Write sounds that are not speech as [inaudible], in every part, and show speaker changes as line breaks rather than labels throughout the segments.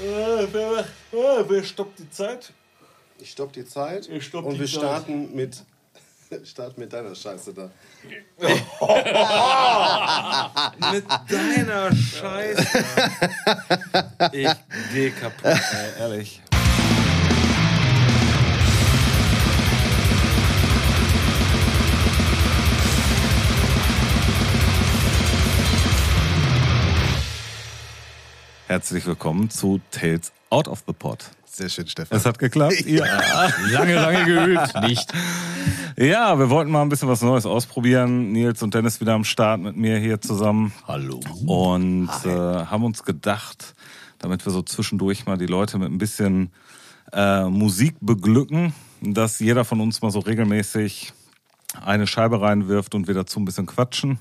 Äh, Wer stoppt die Zeit?
Ich stopp die Zeit
Ich stopp
und
die
wir
Zeit.
starten mit [laughs] starten mit deiner Scheiße da.
Mit deiner Scheiße. Ich geh kaputt, ey, ehrlich.
Herzlich willkommen zu Tales Out of the Pod.
Sehr schön, Stefan.
Es hat geklappt.
[laughs]
Ja.
Lange, lange geübt. Nicht.
ja, wir wollten mal ein bisschen was Neues ausprobieren. Nils und Dennis wieder am Start mit mir hier zusammen.
Hallo.
Und äh, haben uns gedacht, damit wir so zwischendurch mal die Leute mit ein bisschen äh, Musik beglücken, dass jeder von uns mal so regelmäßig eine Scheibe reinwirft und wir dazu ein bisschen quatschen,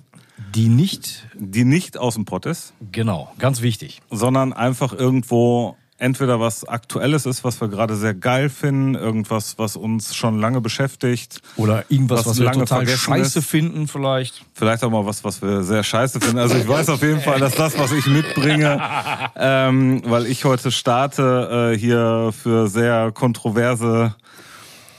Die nicht,
die nicht aus dem Pott ist.
genau, ganz wichtig.
sondern einfach irgendwo entweder was Aktuelles ist, was wir gerade sehr geil finden, irgendwas, was uns schon lange beschäftigt,
Oder irgendwas, was,
Was
wir
lange
total
vergessen
scheiße
ist.
finden vielleicht.
vielleicht auch mal was, was wir sehr scheiße finden. Also ich weiß auf jeden Fall, dass das, was ich mitbringe, ähm, weil ich heute starte äh, hier für sehr kontroverse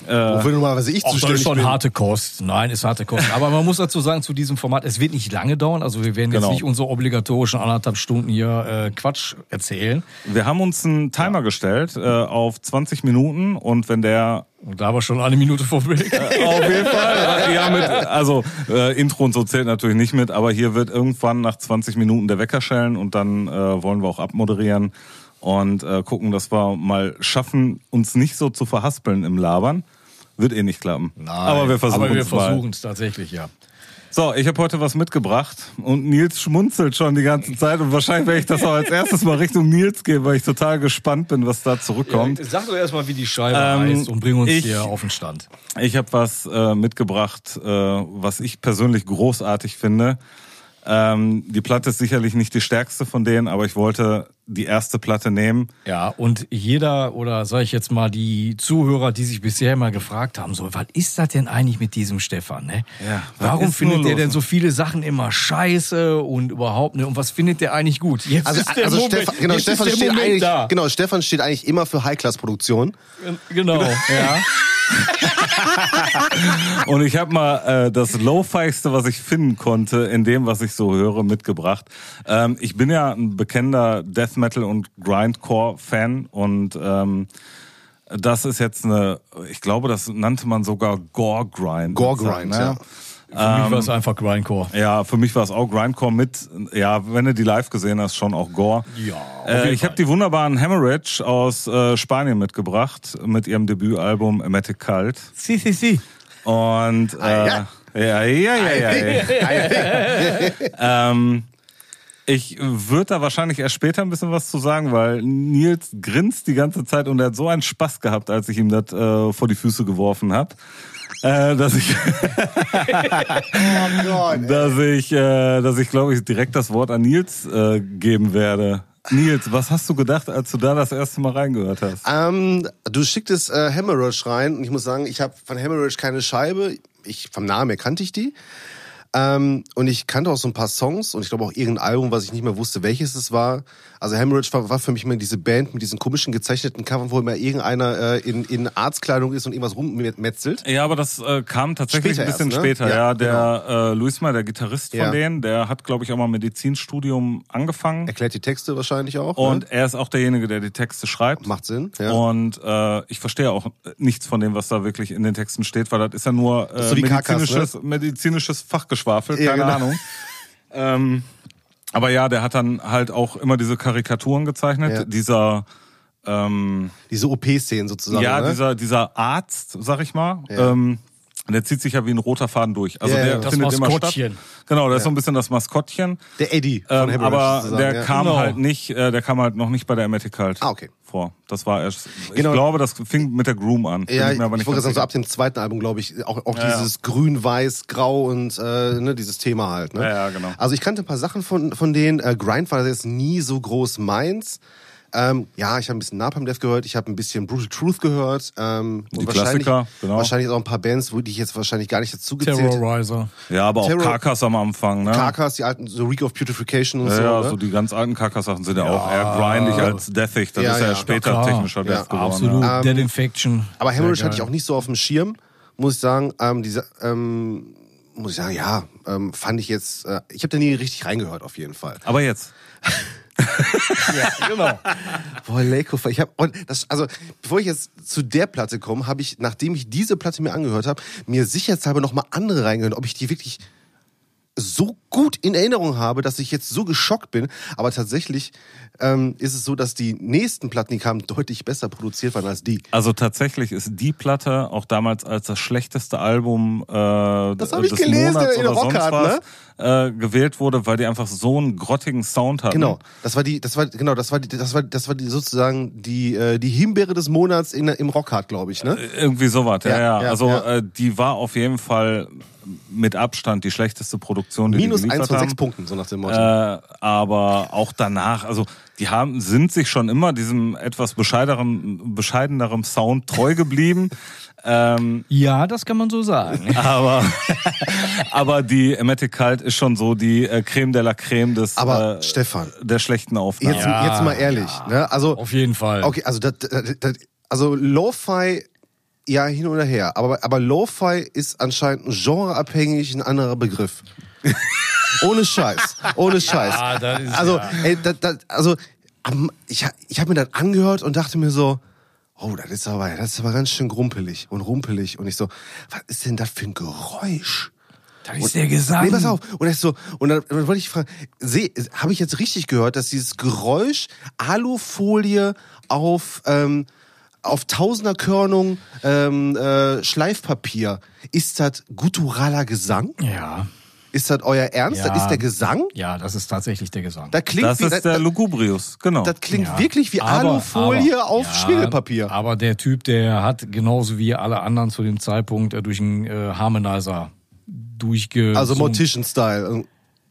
Obwohl normalerweise ich
Auch das
zuständig
ist schon
bin.
harte Kost. Nein, ist harte Kost. Aber man muss dazu sagen, zu diesem Format, es wird nicht lange dauern. Also wir werden
Genau.
jetzt nicht unsere obligatorischen anderthalb Stunden hier äh, Quatsch erzählen.
wir haben uns einen Timer gestellt äh, auf 20 Minuten und wenn der
Und da war schon eine Minute vorbei. [laughs]
Auf jeden [laughs] Fall. Ja, mit, also äh, Intro und so zählt natürlich nicht mit, aber hier wird irgendwann nach 20 Minuten der Wecker schellen und dann äh, wollen wir auch abmoderieren und äh, gucken, dass wir mal schaffen, uns nicht so zu verhaspeln im Labern. Wird eh nicht klappen. aber wir versuchen
Aber wir
es mal.
versuchen es tatsächlich, ja.
So, ich habe heute was mitgebracht und Nils schmunzelt schon die ganze Zeit und wahrscheinlich werde ich das auch als erstes mal Richtung Nils gehen, weil ich total gespannt bin, was da zurückkommt.
Äh, Sag doch erstmal, wie die Scheibe
Ähm,
heißt und bring uns
ich-
hier auf den Stand.
Ich habe was äh, mitgebracht, äh, was ich persönlich großartig finde. Ähm, die Platte ist sicherlich nicht die stärkste von denen, aber ich wollte die erste Platte nehmen.
Ja, und jeder oder sage ich jetzt mal die Zuhörer, die sich bisher immer gefragt haben, so, was ist das denn eigentlich mit diesem Stefan? Ne?
Ja, was
Warum
ist nur
findet der
los?
denn so viele Sachen immer scheiße und überhaupt ne? Und was findet der eigentlich gut? Jetzt
Also,
ist der
also
Moment,
Stefan, genau,
jetzt
Stefan
ist der
steht
Moment
eigentlich,
da.
genau, Stefan steht eigentlich immer für High-Class-Produktion.
Genau, ja.
Und ich habe mal äh, das Lo-Feigste, was ich finden konnte, in dem, was ich so höre, mitgebracht. Ähm, ich bin ja ein bekennender Death Metal und Grindcore-Fan und ähm, das ist jetzt eine, ich glaube, das nannte man sogar Ne? Gore-Grind.
Gore-Grind, ja.
Für mich war es einfach Grindcore.
Ja, für mich war es auch Grindcore mit, ja, wenn du die live gesehen hast, schon auch Gore.
Ja, auf
Äh,
jeden
ich
Fall.
habe die wunderbaren Hemorrhage aus äh, Spanien mitgebracht mit ihrem Debütalbum Emetic Cult.
Si, si, si.
Und äh, ja,
ja.
ja, ja, ja, ja. [laughs] ähm, ich würde da wahrscheinlich erst später ein bisschen was zu sagen, weil Nils grinst die ganze Zeit und er hat so einen Spaß gehabt, als ich ihm das äh, vor die Füße geworfen habe, äh, dass ich dass ich, äh, dass ich glaube ich, direkt das Wort an Nils äh, geben werde. Nils, was hast du gedacht, als du da das erste Mal reingehört hast?
Ähm, du schicktest äh, Hemorrhage rein und ich muss sagen, ich habe von Hemorrhage keine Scheibe. Ich, vom Namen her kannte ich die. Ähm, und ich kannte auch so ein paar Songs und ich glaube auch irgendein Album, was ich nicht mehr wusste, welches es war. Also Hemorrhage war, war für mich immer diese Band mit diesen komischen gezeichneten Covern, wo immer irgendeiner äh, in, in Arztkleidung ist und irgendwas rummetzelt.
Ja, aber das äh, kam tatsächlich
Später
ein bisschen
erst, ne?
später. Ja,
Ja, genau.
der äh, Luisma, der Gitarrist
Ja.
von denen, der hat, glaube ich, auch mal Medizinstudium angefangen.
Erklärt die Texte wahrscheinlich auch.
Und
ne?
er ist auch derjenige, der die Texte schreibt.
Macht Sinn, ja.
Und äh, ich verstehe auch nichts von dem, was da wirklich in den Texten steht, weil das ist ja nur äh,
ist so wie Karkas, ne?
medizinisches, medizinisches Fachgeschwafel,
Ja,
keine
genau.
Ahnung. Ähm, aber ja, der hat dann halt auch immer diese Karikaturen gezeichnet.
Ja.
Dieser ähm,
Diese OP-Szenen sozusagen.
ja,
ne?
dieser, dieser Arzt, sag ich mal,
Ja.
ähm, der zieht sich ja wie ein roter Faden durch. Also
Ja, ja.
der
Das
findet immer statt.
Maskottchen.
Genau, der ist so ein bisschen das Maskottchen.
der Eddie von
Ähm,
Hemorrhage
aber
sozusagen,
der
ja.
kam
Genau.
halt nicht, äh, der kam halt noch nicht bei der Emetic halt
Ah, okay.
vor. Das war erst. Ich
Genau.
glaube, das fing mit der Groom an. Bin
Ja,
mir aber
ich wollte sagen,
ganz
so
sicher.
ab dem zweiten Album, glaube ich, auch, auch
Ja, ja.
dieses grün, weiß, grau und äh, ne, dieses Thema halt. Ne?
Ja, ja, genau.
Also ich kannte ein paar Sachen von, von denen. Äh, Grind war jetzt nie so groß meins. Ähm, ja, ich habe ein bisschen Napalm Death gehört, ich habe ein bisschen Brutal Truth gehört. Ähm,
Die Klassiker, genau.
Wahrscheinlich auch ein paar Bands, wo die ich jetzt wahrscheinlich gar nicht dazu gezählt
Terrorizer.
Ja, aber auch
Terror-
Karkas am Anfang, ne?
Karkas, die alten, so Reek of Putrefaction und
Ja,
so.
ja,
ne?
so die ganz alten Karkas-Sachen sind ja, auch eher grindig als deathig. Das
Ja,
ist ja,
ja.
später
Ja, klar.
technischer
Ja,
Death geworden.
Absolut.
Ja.
Dead Infection.
Aber Hemorrhage
Sehr
hatte ich
geil.
auch nicht so auf dem Schirm, muss ich sagen. Ähm, diese, ähm, muss ich sagen, ja, ähm, fand ich jetzt, äh, ich habe da nie richtig reingehört, auf jeden Fall.
Aber jetzt.
Genau.
[laughs] Boah, Lakehofer, ich habe, und das, also, bevor ich jetzt zu der Platte komme, habe ich, nachdem ich diese Platte mir angehört habe, mir sicherheitshalber nochmal andere reingehört, ob ich die wirklich so gut in Erinnerung habe, dass ich jetzt so geschockt bin. Aber tatsächlich ähm, ist es so, dass die nächsten Platten, die kamen, [laughs] deutlich besser produziert waren als die.
Also tatsächlich ist die Platte auch damals als das schlechteste Album äh, das
hab ich gelesen
Monats
in der
oder sonst
Rockhard,
was, äh, gewählt wurde, weil die einfach so einen grottigen Sound hatten.
ne? Genau, das war die, das war genau, das war die, das war, das war die sozusagen die äh, die Himbeere des Monats in, im Rockhard, glaube ich, ne?
Irgendwie sowas, ja,
Ja,
ja.
ja,
also
ja.
Äh, die war auf jeden Fall mit Abstand die schlechteste Produktion, die
Minus
die geliefert
eins von
haben.
sechs Punkten, so nach dem Motto.
Äh, aber auch danach, also die haben, sind sich schon immer diesem etwas bescheideren, bescheidenerem Sound treu geblieben.
[laughs]
ähm,
Ja, das kann man
[laughs]
so sagen.
aber, aber die Emetic Cult ist schon so die äh, Creme de la Creme des,
Aber
äh,
Stefan,
der schlechten Aufnahmen.
jetzt, jetzt mal ehrlich, ne? Also
Auf jeden Fall.
okay, also das, das, das, also Lo-Fi ja hin oder her, aber aber Lo-Fi ist anscheinend genreabhängig ein anderer
[laughs]
Begriff. ohne Scheiß, ohne Scheiß.
das ist
also
ja.
ey, das, das, also am- ich ha- ich habe mir das angehört und dachte mir so Oh, das ist aber, das ist aber ganz schön grumpelig und rumpelig. Und ich so, was ist denn das für ein Geräusch?
Da ist der Gesang.
Nee, pass auf. Und, das ist so, und dann, dann wollte ich fragen, seh- habe ich jetzt richtig gehört, dass dieses Geräusch Alufolie auf, ähm, auf Tausenderkörnung ähm, äh, Schleifpapier, ist das gutturaler Gesang?
Ja.
Ist das euer Ernst?
Ja.
Das ist der Gesang?
Ja, das ist tatsächlich der Gesang.
Das klingt,
das
wie,
ist
das,
der
das,
Lugubrius, genau.
das klingt
Ja.
wirklich wie
Aber-
Alufolie
aber-
auf
ja,
Schmirgelpapier.
Aber der Typ, der hat genauso wie alle anderen zu dem Zeitpunkt äh, durch einen äh, Harmonizer durchge...
also
so-
Mortician-Style.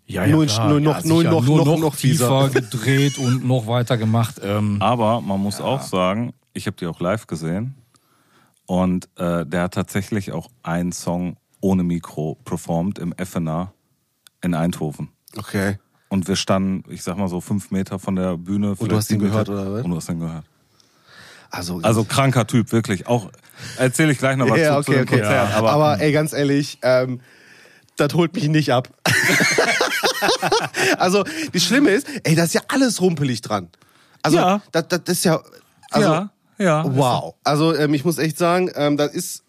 Ja, ja,
nur,
klar.
nur
Ja,
noch, nur
sicher.
noch,
nur
noch, noch, noch
tiefer
dieser. [laughs]
gedreht und noch weiter gemacht. Ähm,
Aber man muss auch sagen, ich habe die auch live gesehen und äh, der hat tatsächlich auch einen Song ohne Mikro performt im FNA in Eindhoven.
Okay.
Und wir standen, ich sag mal so fünf Meter von der Bühne. vielleicht
hast ihn
sieben Meter.
gehört, oder was?
Und du hast ihn gehört.
Also,
Also kranker Typ, wirklich. Auch erzähle ich gleich noch was
Ja,
zu, zu
okay,
dem
okay.
Konzert.
Ja.
Aber,
Aber, ey, ganz ehrlich, ähm, das holt mich nicht ab. [laughs] also, das Schlimme ist, ey, da ist ja alles rumpelig dran. Also,
Ja.
das, das ist ja. Also,
ja, ja.
Wow. Also, ähm, ich muss echt sagen, ähm, das ist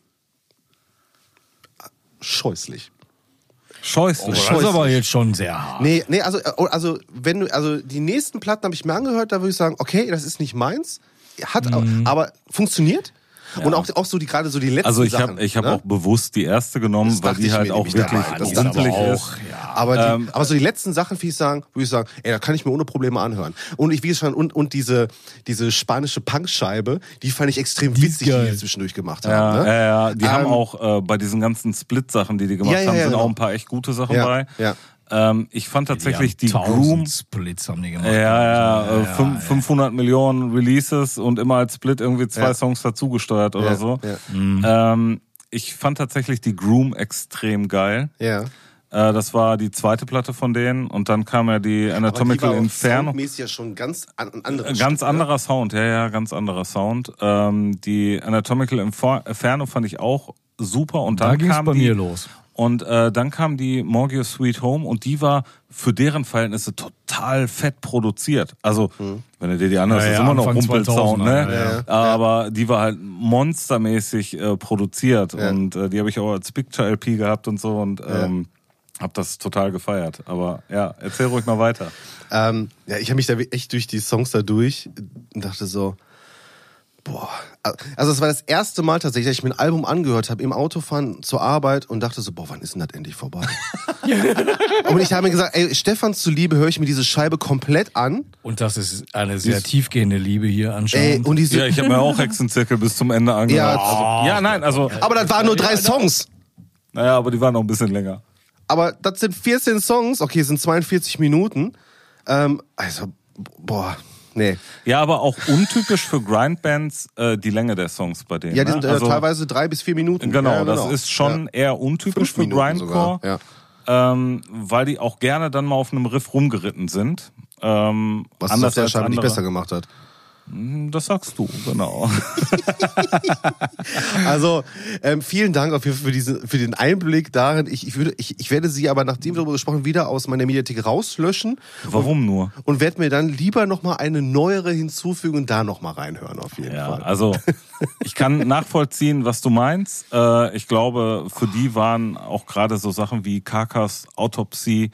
scheußlich. Oh,
Scheußlich.
das ist aber jetzt schon sehr hart.
Nee, nee, also, äh, also, wenn du, also die nächsten Platten habe ich mir angehört, da würde ich sagen, okay, das ist nicht meins. Hat aber funktioniert. Und auch, auch so die gerade so die letzten
Mhm. also ich
Sachen.
habe ich hab
ne?
auch bewusst die erste genommen,
Das
weil
dachte
die
ich
halt
mir
auch
nämlich dabei.
wirklich
Das dachte
gruselig
ich
mir
ist.
auch, ja.
Aber, die,
Ähm,
aber so die letzten Sachen, wie ich sagen, würde ich sagen, ey, da kann ich mir ohne Probleme anhören. Und ich, wie schon, und, und diese, diese spanische Punkscheibe, die fand ich extrem
Die ist
witzig, die
geil.
die zwischendurch gemacht haben.
Ja,
ne?
ja, ja. Die haben
Ähm,
auch äh, bei diesen ganzen Split-Sachen, die die gemacht
Ja, ja,
haben,
ja,
sind
genau.
auch ein paar echt gute Sachen
Ja,
bei.
ja.
Ähm, ich fand tatsächlich die,
haben
Groom.
1000 Splits haben die gemacht.
Ja, ja, äh, fünf- 500 Millionen Releases und immer als Split irgendwie zwei
Ja.
Songs dazugesteuert oder
Ja,
so.
ja. Mhm.
Ähm, ich fand tatsächlich die Groom extrem geil.
Ja.
Äh, das war die zweite Platte von denen und dann kam ja die Anatomical
aber die war
Inferno.
soundmäßig ja schon ganz an, ein anderes
Ganz
Stück, ne?
anderer Sound, ja, ja, ganz anderer Sound. Ähm, die Anatomical Infer- Inferno fand ich auch super und dann
Da ging's
kam
bei
die,
mir los.
Und äh, dann kam die Morgio Sweet Home und die war für deren Verhältnisse total fett produziert. Also, wenn du dir die anhörst,
Ja,
ist
ja,
immer noch
Anfang
Rumpelsound,
2000er,
ne?
ja, ja.
Aber die war halt monstermäßig äh, produziert und äh, die habe ich auch als Picture LP gehabt und so und ähm, habe das total gefeiert. Aber ja, erzähl ruhig mal weiter.
Ähm, ja, ich habe mich da echt durch die Songs da durch und dachte so, boah. Also es war das erste Mal tatsächlich, dass ich mir ein Album angehört habe, im Autofahren zur Arbeit und dachte so, boah, wann ist denn das endlich vorbei? und ich habe mir gesagt, ey, Stefan zuliebe höre ich mir diese Scheibe komplett an.
Und das ist eine sehr tiefgehende Liebe hier
Ey,
anscheinend.
und diese,
Ja, ich habe mir auch Hexenzirkel bis zum Ende angehört.
Ja,
also, ja nein, also,
aber das waren nur drei Songs.
naja, aber die waren noch ein bisschen länger.
Aber das sind 14 Songs, okay, es sind 42 Minuten. Ähm, also, boah, Nee.
Ja, aber auch untypisch für Grindbands äh, die Länge der Songs bei denen.
Ja, die sind
ne?
äh,
Also,
teilweise drei bis vier Minuten.
Genau,
ja,
das ist schon eher
Fünf
untypisch für
Minuten
Grindcore,
sogar, ja.
ähm, weil die auch gerne dann mal auf einem Riff rumgeritten sind. Ähm,
Was es
anders
auf der
als
Scheibe nicht
andere.
besser gemacht hat.
Das sagst du, genau. [laughs]
Also ähm, vielen Dank auf jeden Fall für, diesen, für den Einblick darin. Ich, ich, würde, ich, ich werde sie aber, nachdem wir darüber gesprochen haben, wieder aus meiner Mediathek rauslöschen
Warum nur?
und werde mir dann lieber nochmal eine neuere hinzufügen und da nochmal reinhören auf jeden
Ja,
Fall.
also ich kann nachvollziehen, was du meinst. Äh, ich glaube, für die waren auch gerade so Sachen wie Karkas Autopsie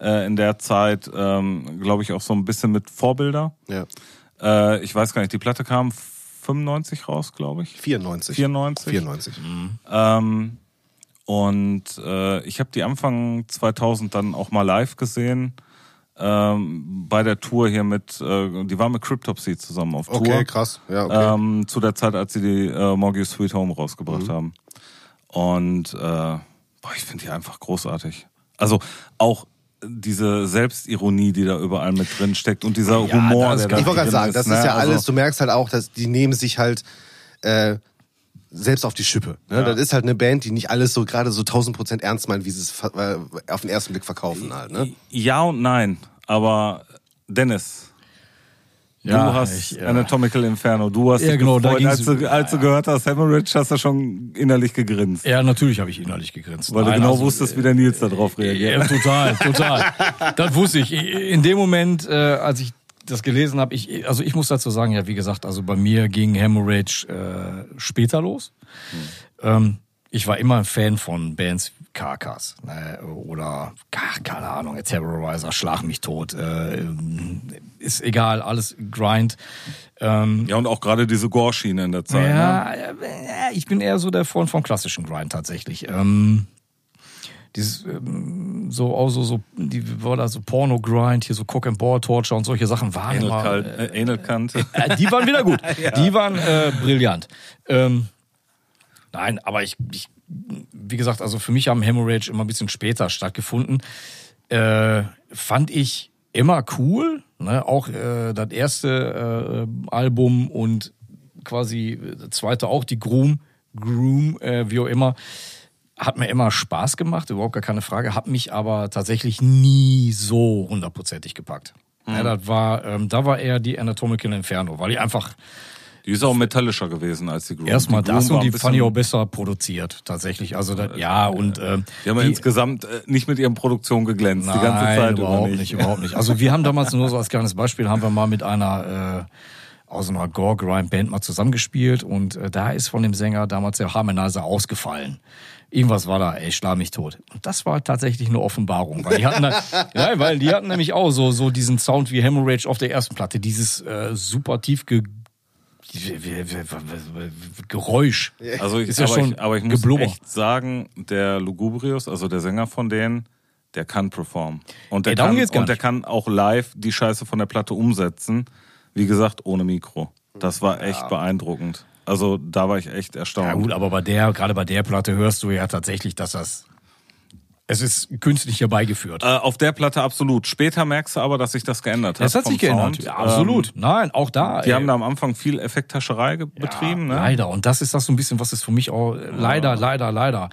äh, in der Zeit, ähm, glaube ich, auch so ein bisschen mit Vorbilder.
Ja.
Äh, ich weiß gar nicht, die Platte kam 95 raus, glaube ich.
94.
94.
94.
Ähm, und äh, ich habe die Anfang 2000 dann auch mal live gesehen. Ähm, bei der Tour hier mit, äh, die war mit Cryptopsy zusammen auf Tour.
Okay, krass. Ja, okay.
ähm, zu der Zeit, als sie die äh, Morgue Sweet Home rausgebracht haben. Und äh, boah, ich finde die einfach großartig. Also auch diese Selbstironie, die da überall mit drin steckt und dieser
Ja,
Humor, der
das ist
da
ich wollte
drin
gerade sagen, das ist,
ne?
ja
Also-
alles, du merkst halt auch, dass die nehmen sich halt äh, selbst auf die Schippe. Ne? Das ist halt eine Band, die nicht alles so gerade so 1000% ernst meint, wie sie es ver- äh, auf den ersten Blick verkaufen halt. Ne?
Ja und nein, aber Dennis, du hast
ich, äh,
Anatomical Inferno, du hast
Ja,
dich
genau, da
gefreut,
ging's-
als, du, als du gehört hast, Hemorrhage, hast du schon innerlich gegrinst,
ja, natürlich habe ich innerlich gegrinst.
weil du
Nein,
genau
also, äh,
wusstest, wie der Nils da drauf reagiert.
Ja, total, total. das wusste ich. In dem Moment, äh, als ich das gelesen habe, ich, also ich muss dazu sagen, ja, wie gesagt, also bei mir ging Hemorrhage äh, später los. Ähm, ich war immer ein Fan von Bands wie Carcass ne, oder ach, keine Ahnung, Terrorizer, Schlag mich tot, äh, ähm, ist egal, alles Grind. Ähm,
Ja, und auch gerade diese Gore-Schiene in der Zeit. Ne?
ja, äh, ich bin eher so der Freund vom klassischen Grind tatsächlich. Ähm, dieses ähm, so auch so so die wie war da so Porno Grind hier so Cock and Ball Torture und solche Sachen waren immer,
Ähnelkal- äh, Ähnelkante.
äh, die waren wieder gut. Die waren äh, brillant. Ähm, nein, aber ich, ich, wie gesagt, also für mich haben Hemorrhage immer ein bisschen später stattgefunden. Äh, fand ich immer cool. Ne? Auch äh, das erste äh, Album und quasi äh, das zweite auch, die Groom, Groom, äh, wie auch immer. Hat mir immer Spaß gemacht, überhaupt gar keine Frage. Hat mich aber tatsächlich nie so hundertprozentig gepackt.
Mhm.
Ja, das war, ähm, da war eher die Anatomical Inferno, weil die einfach
Die ist auch metallischer gewesen als die Groom.
erstmal
die Groom
das
war
und die
ein
fand ich auch
bisschen-
besser produziert, tatsächlich. Also, das, ja, und. Ähm,
Die äh, haben ja insgesamt äh, nicht mit ihren Produktionen geglänzt, die ganze
Nein,
Zeit
überhaupt
über nicht.
überhaupt nicht. Also wir haben damals nur so als kleines Beispiel haben wir mal mit einer äh, aus einer Gore Grime Band mal zusammengespielt und äh, da ist von dem Sänger damals der Harmonizer ausgefallen. Irgendwas war da, ey, schlag mich tot. Und das war tatsächlich eine Offenbarung, weil die
[laughs]
hatten, da, nein, weil die hatten nämlich auch so so diesen Sound wie Hemorrhage auf der ersten Platte, dieses äh, super tief ge Geräusch.
Also ich,
Ist ja
aber,
schon
ich, aber ich muss
geblubber.
echt sagen, der Lugubrius, also der Sänger von denen, der kann performen. Und der,
Ey, darum
kann,
geht's gar
und der
nicht.
kann auch live die Scheiße von der Platte umsetzen. Wie gesagt, ohne Mikro. Das war echt beeindruckend. Also da war ich echt
Ja
erstaunt.
gut, aber bei der, gerade bei der Platte hörst du ja tatsächlich, dass das. Es ist künstlich herbeigeführt.
äh, auf der Platte absolut. Später merkst du aber, dass sich das geändert hat.
Das hat
vom
sich geändert.
Sound.
Ja, absolut. Nein, auch da.
Ähm, die
ey.
haben da am Anfang viel Effekttascherei ge- betrieben.
Ja,
ne?
Leider. Und das ist das so ein bisschen, was es für mich auch, äh, leider, leider, leider,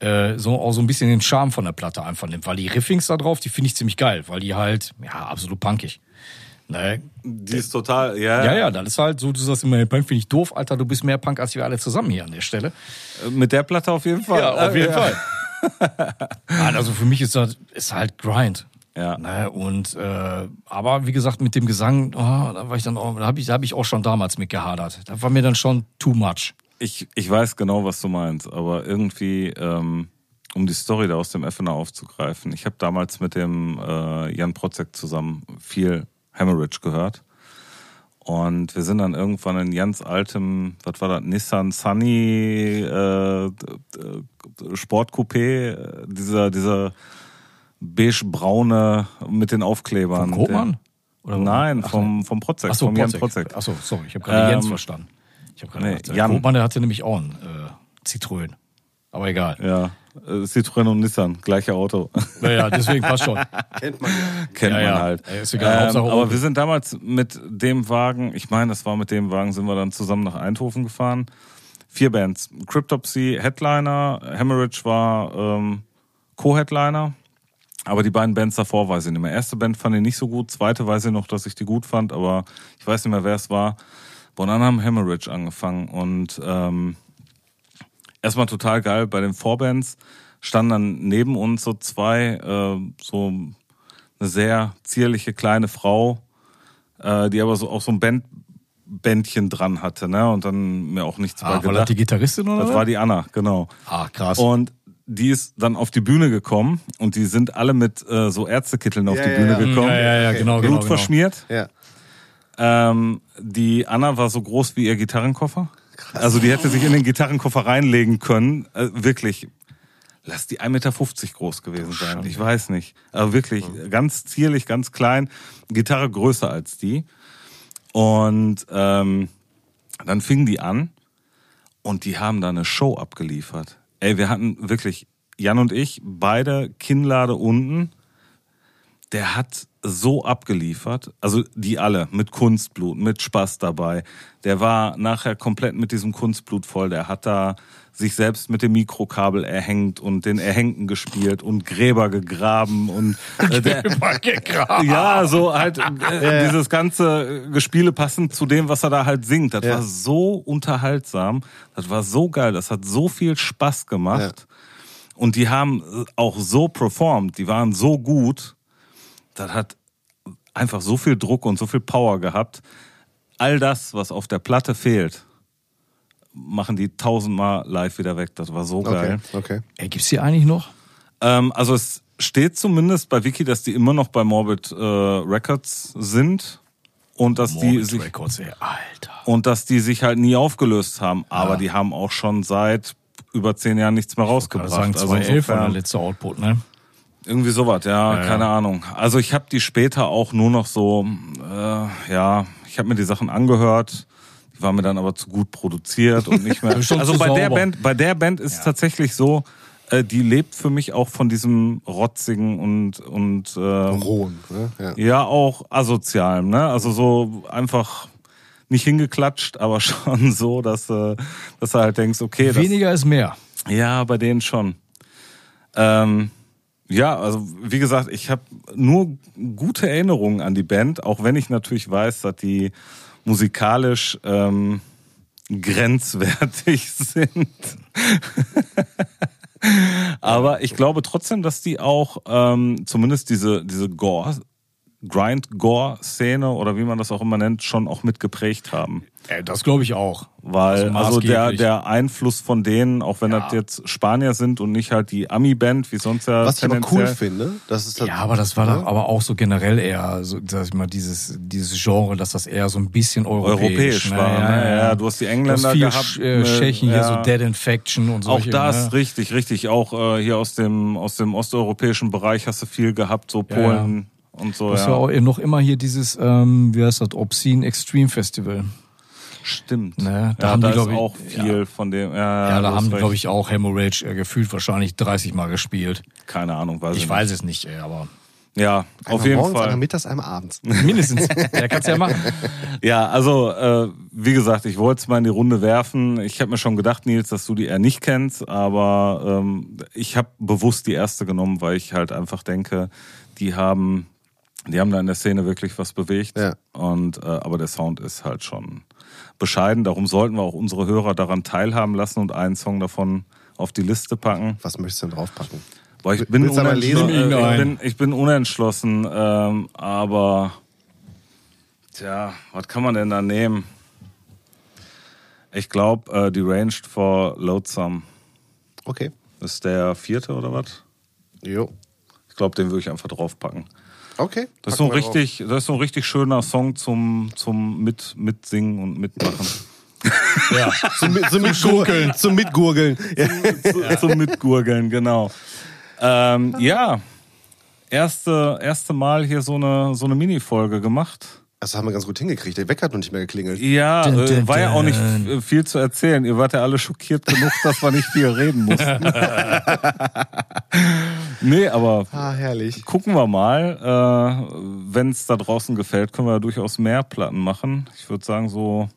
äh, so auch so ein bisschen den Charme von der Platte einfach nimmt. Weil die Riffings da drauf, die finde ich ziemlich geil, weil die halt, ja, absolut punkig. Ne?
Die ist total, ja,
Ja, ja, das ist halt so, du sagst immer, Punk finde ich doof, Alter, du bist mehr Punk als wir alle zusammen hier an der Stelle.
äh, Mit der Platte auf jeden Fall. Ja.
[laughs] Nein, also für mich ist das ist halt Grind.
Ja.
Ne? Und äh, aber wie gesagt, mit dem Gesang, oh, da war ich dann auch, da habe ich, da hab ich auch schon damals mit gehadert. Da war mir dann schon too much.
Ich, ich weiß genau, was du meinst, aber irgendwie, ähm, um die Story da aus dem FNA aufzugreifen, ich habe damals mit dem äh, Jan Protzek zusammen viel Hemorrhage gehört. Und wir sind dann irgendwann in Jans altem, was war das, Nissan Sunny äh, d- d- Sportcoupé, äh, dieser, dieser beige-braune mit den Aufklebern.
Von Grobmann?
Der,
Oder-
Nein,
Ach so.
vom, vom Protzek,
Ach so,
vom Jan
Protzek.
Protzek.
Ach so, sorry, ich habe gerade
Ähm,
Jens verstanden. Ich habe gerade
nee,
gedacht, der
Jan.
Hofmann, der hatte nämlich auch einen äh, Zitrone. Aber egal.
Ja. Äh, Citroën und Nissan, gleiche Auto.
Naja, deswegen
[laughs]
passt schon.
Kennt man ja.
Kennt
Ja,
man
ja.
halt.
Ist egal, Hauptsache
aber
Opel.
wir sind damals mit dem Wagen, ich meine, das war mit dem Wagen, sind wir dann zusammen nach Eindhoven gefahren. Vier Bands. Cryptopsy, Headliner, Hemorrhage war ähm, Co-Headliner. Aber die beiden Bands davor weiß ich nicht mehr. Erste Band fand ich nicht so gut, zweite weiß ich noch, dass ich die gut fand, aber ich weiß nicht mehr, wer es war. Und dann haben Hemorrhage angefangen und ähm, erstmal total geil. Bei den Vorbands standen dann neben uns so zwei, äh, so eine sehr zierliche kleine Frau, äh, die aber so auch so ein Band, Bändchen dran hatte, ne? Und dann mir auch nichts
Ah,
bei
war das
gedacht.
die Gitarristin oder?
das war die Anna, genau.
ah, krass.
Und die ist dann auf die Bühne gekommen und die sind alle mit äh, so Ärztekitteln auf
Ja,
die
ja,
Bühne
ja.
gekommen.
ja, ja, ja, genau,
Blut
genau, genau. [laughs]
verschmiert.
ja.
Ähm, die Anna war so groß wie ihr Gitarrenkoffer. Also die hätte sich in den Gitarrenkoffer reinlegen können. Äh, wirklich. Lass die 1,50 Meter groß gewesen sein. Ich weiß nicht. Aber wirklich ganz zierlich, ganz klein. Gitarre größer als die. Und ähm, dann fingen die an und die haben da eine Show abgeliefert. Ey, wir hatten wirklich, Jan und ich, beide Kinnlade unten. Der hat so abgeliefert, also die alle, mit Kunstblut, mit Spaß dabei. Der war nachher komplett mit diesem Kunstblut voll. Der hat da sich selbst mit dem Mikrokabel erhängt und den Erhängten gespielt und Gräber gegraben und äh, der, [laughs] ja, so halt äh, dieses ganze äh, Gespiele passend zu dem, was er da halt singt. Das war so unterhaltsam, das war so geil, das hat so viel Spaß gemacht. Und die haben äh, auch so performt, die waren so gut, das hat einfach so viel Druck und so viel Power gehabt. All das, was auf der Platte fehlt, machen die tausendmal live wieder weg. Das war so geil.
Okay, okay.
Ey, gibt's die eigentlich noch?
Ähm, also es steht zumindest bei Wiki, dass die immer noch bei Morbid äh, Records sind und dass die
Morbid
sich
Records, ey, Alter.
und dass die sich halt nie aufgelöst haben. Aber die haben auch schon seit über zehn Jahren nichts mehr
Kann
rausgebracht. Also
sagen, 2011 war der
insofern-
letzte Output, ne?
irgendwie sowas, ja,
Ja, ja.
keine Ahnung. Also ich habe die später auch nur noch so, äh, ja, ich habe mir die Sachen angehört, die waren mir dann aber zu gut produziert und
[laughs]
nicht mehr.
Schon
also
zu
bei der
sauber.
Band, bei der Band ist es tatsächlich so, äh, die lebt für mich auch von diesem rotzigen und und äh,
Rohn. Ne? Ja.
ja auch asozialem, ne? Also so einfach nicht hingeklatscht, aber [laughs] schon so, dass äh, dass du halt denkst, okay, das,
Weniger ist mehr.
ja, bei denen schon. Ähm, ja, also wie gesagt, ich habe nur gute Erinnerungen an die Band, auch wenn ich natürlich weiß, dass die musikalisch ähm, grenzwertig [laughs] sind. Aber ich glaube trotzdem, dass die auch ähm, zumindest diese, diese Gore, Grind-Gore-Szene oder wie man das auch immer nennt, schon auch mitgeprägt haben.
Ey, Äh, das glaube ich auch.
Weil also, der,
maßgeblich.
der Einfluss von denen, auch wenn
Ja.
das jetzt Spanier sind und nicht halt die Ami-Band, wie sonst ja
Was ich aber cool
tendenziell-
finde, das ist halt-
Ja, aber das war doch aber auch so generell eher, so, sag ich mal, dieses, dieses Genre, dass das eher so ein bisschen europäisch,
Europäisch war, ne? Ja, du hast die
du
Engländer
hast viel
gehabt,
Sch- äh,
mit-
Tschechen hier,
ja.
so Dead Infection und ne? so.
Auch das, richtig, richtig. Auch äh, hier aus dem, aus dem osteuropäischen Bereich hast du viel gehabt, so
ja.
Polen und so.
Das war
Ja.
auch noch immer hier dieses, ähm, wie heißt das, Obscene Extreme Festival.
Stimmt.
Ne, da
ja,
haben
da
die,
ist
glaub ich-
auch viel von dem. Ja,
Ja, da
du
haben,
hast
glaube
recht.
ich, auch Hemorrhage äh, gefühlt wahrscheinlich 30 Mal gespielt.
Keine Ahnung, weiß ich,
Ich
nicht.
weiß es nicht, ey,
[laughs]
aber
Ja, auf
einmal
jeden
morgens,
Fall.
einmal mittags, einmal abends.
mindestens. Der kann's ja machen.
Ja, also äh, wie gesagt, ich wollte es mal in die Runde werfen. Ich habe mir schon gedacht, Nils, dass du die eher nicht kennst, aber ähm, ich habe bewusst die erste genommen, weil ich halt einfach denke, die haben, die haben da in der Szene wirklich was bewegt.
Ja.
Und äh, aber der Sound ist halt schon bescheiden. Darum sollten wir auch unsere Hörer daran teilhaben lassen und einen Song davon auf die Liste packen.
Was möchtest du denn draufpacken?
Boah, ich bin
Willst du einmal
unentschlossen.
lesen?
Nimm ihn
Äh, ich,
ein.
bin, ich bin unentschlossen, ähm, aber tja, was kann man denn da nehmen? Ich glaube, äh, Deranged for Loadsome
Okay.
ist der vierte oder was?
Jo.
Ich glaube, den würde ich einfach draufpacken.
Okay.
Das ist, so
packen
ein
wir drauf.
richtig, das ist so ein richtig schöner Song zum, zum mit, Mitsingen und [laughs] Mitmachen.
Ja.
Zum, mit, zum Mitgurgeln. Zum Mitgurgeln. Ja.
Zu- [laughs] zum Mitgurgeln, genau. Ähm, ja, erste, erste Mal hier so eine, so eine Mini-Folge gemacht.
Das Also haben wir ganz gut hingekriegt. Der Wecker hat noch nicht mehr geklingelt.
Ja,
Dun, dun,
äh, war ja auch nicht
dun.
äh, viel zu erzählen. Ihr wart ja alle schockiert genug, dass wir nicht viel reden mussten. [laughs] nee, aber
Ah, herrlich.
gucken wir mal. Äh, Wenn es da draußen gefällt, können wir ja durchaus mehr Platten machen. Ich würde sagen, so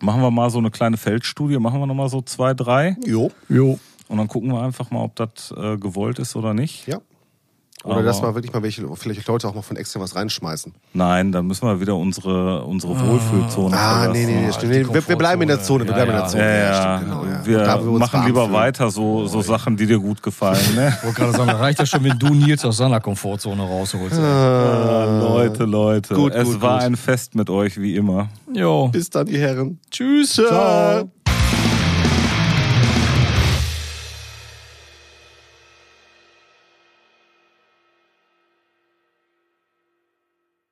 machen wir mal so eine kleine Feldstudie, machen wir nochmal so zwei, drei.
Jo,
Jo.
Und dann gucken wir einfach mal, ob das äh, gewollt ist oder nicht.
ja. Oder
Aber-
dass mal wirklich mal welche, vielleicht Leute auch mal von extern was reinschmeißen.
Nein, dann müssen wir wieder unsere, unsere Wohlfühlzone
Ah, nee, nee, nee,
alte
stimmt. Nee, wir, wir bleiben in der Zone, wir
Komfortzone.
bleiben in
Ja,
der Zone.
Ja, ja,
stimmt, genau, ja.
wir
Da, wo uns
machen
warm
lieber
fühlen.
weiter so, so Sachen, die dir gut gefallen.
[laughs]
Ne?
Ich wollte gerade sagen, da reicht ja schon, wenn du Nils aus seiner Komfortzone rausholst.
Ah, Leute, Leute,
gut,
es
gut,
war
gut.
ein Fest mit euch wie immer.
Jo.
Bis dann, die Herren.
Tschüss.
Ciao.